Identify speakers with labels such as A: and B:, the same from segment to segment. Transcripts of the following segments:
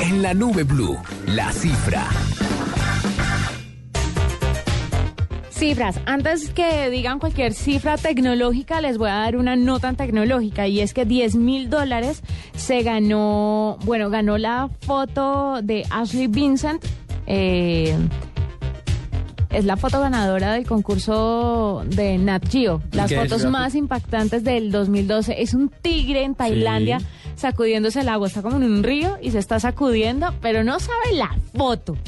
A: En la nube blue, la cifra.
B: Cifras. Antes que digan cualquier cifra tecnológica, les voy a dar una no tan tecnológica y es que 10 mil dólares se ganó, bueno, ganó la foto de Ashley Vincent. eh, es la foto ganadora del concurso de Nat Geo, las
C: qué es,
B: fotos
C: Rafi?
B: más impactantes del 2012. Es un tigre en Tailandia
C: Sí.
B: sacudiéndose el agua, está como en un río y se está sacudiendo, pero no sabe la foto.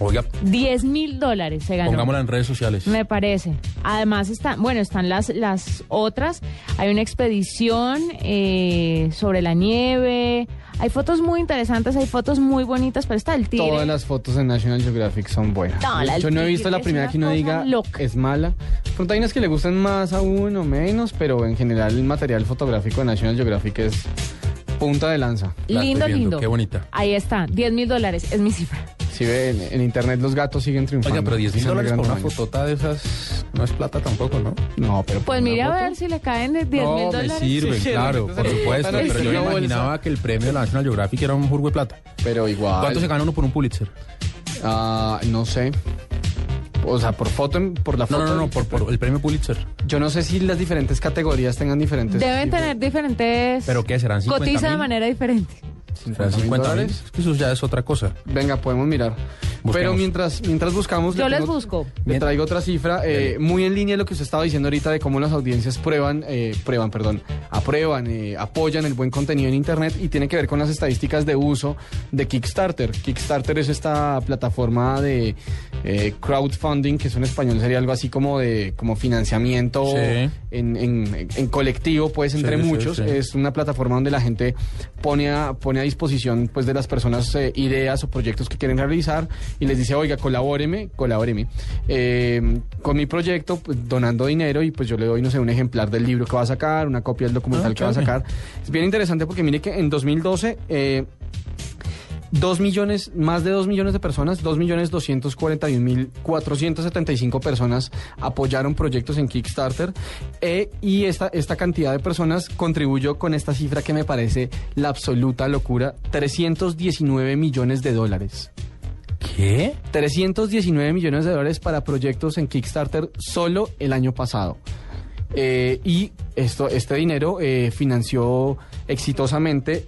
C: Oiga,
B: 10 mil dólares se ganó.
C: pongámosla en redes sociales.
B: Me parece. Además están, bueno, están las, las otras. Hay una expedición eh, sobre la nieve. Hay fotos muy interesantes, hay fotos muy bonitas, pero está el tigre.
D: Todas las fotos en National Geographic son buenas.
B: No, la del
D: Yo no he
B: tigre
D: visto la
B: es
D: primera
B: una
D: que uno
B: cosa
D: diga
B: loca.
D: es mala. Pronto hay unas que le gustan más a uno, menos, pero en general el material fotográfico de National Geographic es punta de lanza.
C: La estoy
B: lindo,
C: viendo,
B: lindo.
C: qué bonita.
B: Ahí está, 10 mil dólares, es mi cifra.
D: Si ve, en, en internet los gatos siguen triunfando.
C: Oiga, pero 10 mil
D: Son de
C: dólares
D: gran
C: por una
D: tamaño.
C: fotota de esas no es plata tampoco, ¿no?
D: No, pero... por
B: Pues
D: una
B: mire a
D: foto.
B: ver si le caen de 10 mil
C: no, me
B: dólares.
C: sirven,
D: Sí,
C: claro,
D: sí,
C: por
D: sí.
C: supuesto.
D: Sí,
C: pero
D: sí,
C: yo
D: sí.
C: me imaginaba que el premio de la National Geographic era un jurgo de plata.
D: Pero igual...
C: ¿Cuánto se gana uno por un Pulitzer?
D: Ah, no sé. O sea, por foto, en- por la
C: No,
D: foto...
C: no, no, no, por, por el premio Pulitzer.
D: Yo no sé si las diferentes categorías tengan diferentes...
B: Deben
D: tipos.
B: tener diferentes...
C: ¿Pero qué? ¿Serán 50
B: Cotiza de
C: mil?
B: manera diferente.
C: ¿Serán
D: 50.000
C: 50 mil?
D: dólares.
C: Es que eso ya es otra cosa.
D: Venga, podemos mirar. Pero mientras, mientras buscamos...
B: Yo
D: le
B: les
D: tengo-
B: busco.
D: Le traigo otra cifra, eh, muy en línea de lo que usted estaba diciendo ahorita de cómo las audiencias prueban, eh, prueban, perdón, aprueban, eh, apoyan el buen contenido en Internet y tiene que ver con las estadísticas de uso de Kickstarter. Kickstarter es esta plataforma de eh, crowdfunding, que es en español sería algo así como de como financiamiento
C: Sí.
D: en, en- en colectivo, pues
C: Sí,
D: entre
C: sí,
D: muchos.
C: sí.
D: Es una plataforma donde la gente pone a, pone a disposición pues, de las personas eh, ideas o proyectos que quieren realizar y les dice, oiga, colabóreme, colabóreme eh, con mi proyecto, pues, donando dinero y pues yo le doy, no sé, un ejemplar del libro que va a sacar, una copia del documental
C: Ah,
D: que va a
C: chévere.
D: sacar. Es bien interesante porque mire que en 2012... Eh, Dos millones, más de 2 millones de personas, 2 millones 241 mil 475 personas apoyaron proyectos en Kickstarter eh, y esta, esta cantidad de personas contribuyó con esta cifra que me parece la absoluta locura, 319 millones de dólares.
C: ¿Qué?
D: 319 millones de dólares para proyectos en Kickstarter solo el año pasado. Eh, y esto, este dinero eh, financió exitosamente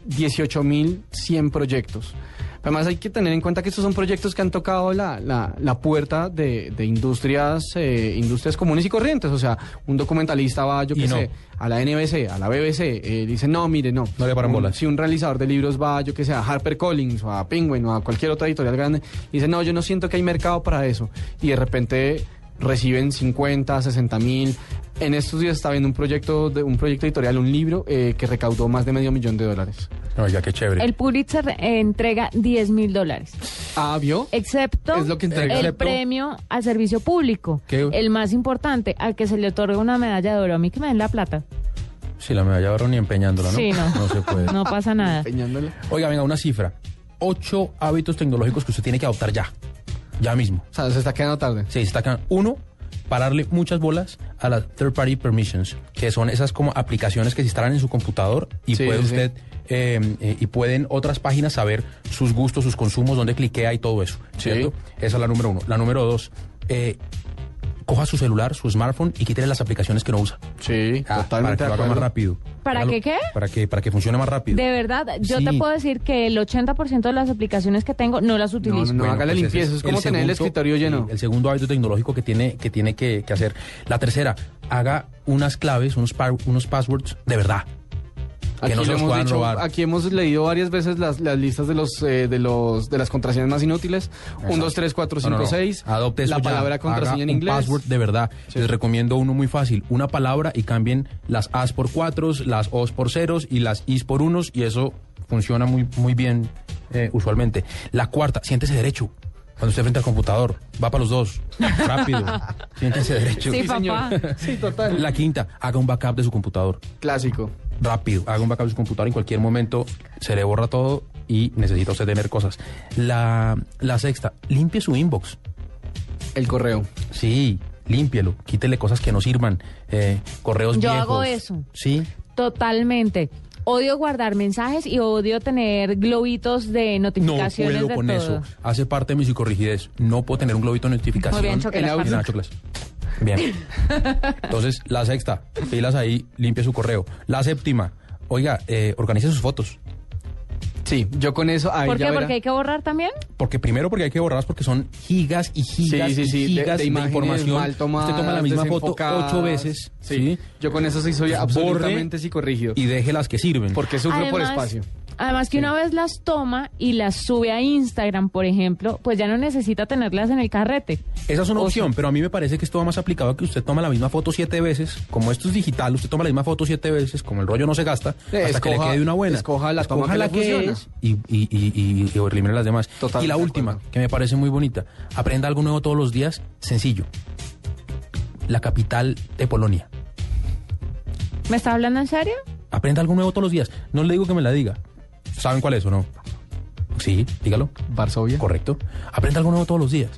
D: 18.100 proyectos. Además hay que tener en cuenta que estos son proyectos que han tocado la, la- la puerta de, de industrias eh, industrias comunes y corrientes. O sea, un documentalista va, yo
C: Y
D: qué
C: no.
D: sé, a la NBC, a la BBC, eh, dice, no, mire, no.
C: No le paran
D: Un-
C: bolas.
D: Si un realizador de libros va, yo que sé, a HarperCollins o a Penguin o a cualquier otra editorial grande, y dice, no, yo no siento que hay mercado para eso. Y de repente reciben 50, 60 mil. En estos días está viendo un proyecto, de, un proyecto editorial, un libro eh, que recaudó más de medio millón de dólares.
C: Oiga, qué chévere.
B: El Pulitzer eh, entrega 10 mil dólares.
D: Ah, ¿vio?
B: excepto
D: Es lo que entrega.
B: el
C: Excepto-
B: premio al servicio público,
C: ¿Qué?
B: el más importante, al que se le otorga una medalla de oro. A mí que me den la plata,
C: Si la medalla de oro ni empeñándola, ¿no?
B: Sí, no.
C: No se puede.
B: no pasa nada.
D: Peñándole.
C: Oiga, venga, una cifra. Ocho hábitos tecnológicos que usted tiene que adoptar ya. Ya mismo.
D: O sea, se está quedando tarde.
C: Se destacan, uno, pararle muchas bolas a las third party permissions, que son esas como aplicaciones que se instalan en su computador y
D: Sí,
C: puede
D: sí.
C: usted eh, eh, y pueden otras páginas saber sus gustos, sus consumos, dónde cliquea y todo eso.
D: Sí.
C: ¿Cierto? Esa es la número uno. La número dos, eh, coja su celular, su smartphone y quítele las aplicaciones que no usa.
D: Sí,
C: Ah,
D: totalmente
C: para que lo haga más rápido.
B: ¿Para
C: Hágalo-
B: qué qué?
C: Para que, para que funcione más rápido.
B: De verdad, yo te
C: Sí.
B: puedo decir que el 80% de las aplicaciones que tengo no las utilizo.
D: No, haga
C: pues
D: la
C: ese
D: limpieza, es como tener el escritorio lleno.
C: sí, El segundo hábito tecnológico que tiene que, tiene que, que hacer. La tercera, haga unas claves, unos, par- unos passwords de verdad. no
D: Aquí,
C: se
D: lo
C: los
D: hemos
C: puedan
D: dicho,
C: robar.
D: aquí hemos leído varias veces las, las listas de los, eh, de los de las contraseñas más inútiles. 1, 2, 3, 4, 5,
C: No, no, no.
D: 6.
C: Adopte eso
D: La
C: ya.
D: palabra contraseña
C: Haga
D: en
C: un
D: inglés.
C: password de verdad.
D: Sí.
C: Les recomiendo uno muy fácil. Una palabra y cambien las As por cuatros, las Os por ceros y las Is por unos. Y eso funciona muy, muy bien eh, usualmente. La cuarta, siéntese derecho. Cuando esté frente al computador, va para los dos. Rápido. siéntese derecho.
B: Sí, papá.
D: Sí, total.
C: La quinta, haga un backup de su computador.
D: Clásico.
C: Rápido, haga un backup de su computador. En cualquier momento se le borra todo y necesita usted tener cosas. La, la sexta, limpie su inbox.
D: El correo.
C: Sí, límpielo. Quítele cosas que no sirvan. eh, correos
B: Yo
C: viejos.
B: hago eso.
C: Sí.
B: Totalmente. Odio guardar mensajes y odio tener globitos de
C: No
B: notificaciones
C: puedo
B: de
C: con
B: todo.
C: eso. Hace parte de mi psicorrigidez. No puedo tener un globito de notificación.
B: Muy bien, Choque,
C: en
B: las
C: Outlook.
B: partes.
C: En Outlook. Bien. Entonces, la sexta, pilas ahí, limpie su correo. La séptima, oiga, eh, organice sus fotos.
D: Sí, yo con eso. Ahí
B: ¿Por
D: ya
B: qué?
D: verá.
B: Porque hay que borrar también.
C: Porque primero porque hay que borrarlas porque son gigas y gigas
D: sí, sí, sí,
C: y
D: de-
C: gigas
D: de
C: de,
D: imágenes
C: información.
D: mal tomadas,
C: Usted toma la misma foto
D: desenfocadas.
C: ocho veces.
D: Sí.
C: Sí.
D: Yo con eso sí soy
C: Borre
D: absolutamente psicorrígido.
C: Y deje las que sirven.
D: Porque sufro por espacio.
B: Además que una vez las toma y las sube a Instagram, por ejemplo, pues ya no necesita tenerlas en el carrete.
C: Esa es una
B: O
C: opción, pero a mí me parece que esto va más aplicado a que usted toma la misma foto siete veces, como esto es digital, usted toma la misma foto siete veces, como el rollo no se gasta,
D: Eh,
C: hasta que le
D: escoja-
C: quede una buena.
D: escoja la toma que le funciona.
C: es y, y, y- y- y elimine las demás.
D: Totalmente
C: y la
D: de
C: última,
D: acuerdo.
C: que me parece muy bonita, aprenda algo nuevo todos los días, sencillo. La capital de Polonia.
B: ¿Me está hablando en serio?
C: Aprenda algo nuevo todos los días. No le digo que me la diga. ¿Saben cuál es o no? Sí, dígalo.
D: Varsovia.
C: Correcto. Aprenda algo nuevo todos los días.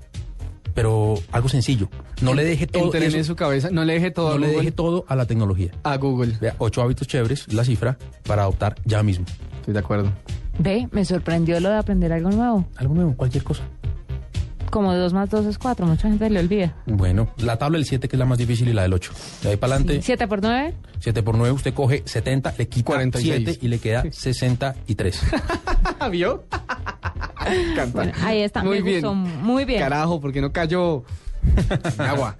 C: Pero algo sencillo. No le deje todo
D: Entrene
C: eso-
D: su cabeza. No le deje todo,
C: no
D: a,
C: le
D: Google,
C: deje todo a la tecnología.
D: a Google.
C: Vea, ocho hábitos chéveres, la cifra, para adoptar ya mismo.
D: Estoy de acuerdo.
B: Ve, me sorprendió lo de aprender algo nuevo.
C: Algo nuevo, cualquier cosa.
B: Como dos más dos es cuatro, mucha gente le olvida.
C: Bueno, la tabla del 7 que es la más difícil y la del 8. De ahí para adelante,
B: ¿Siete por nueve?
C: 7 por 9, usted coge 70, le quita
D: 46.
C: 7 y le queda 63.
D: ¿Vio? Canta.
B: Bueno, ahí está, me
D: Muy bien.
B: gustó, muy bien.
D: Carajo, porque no cayó. Agua.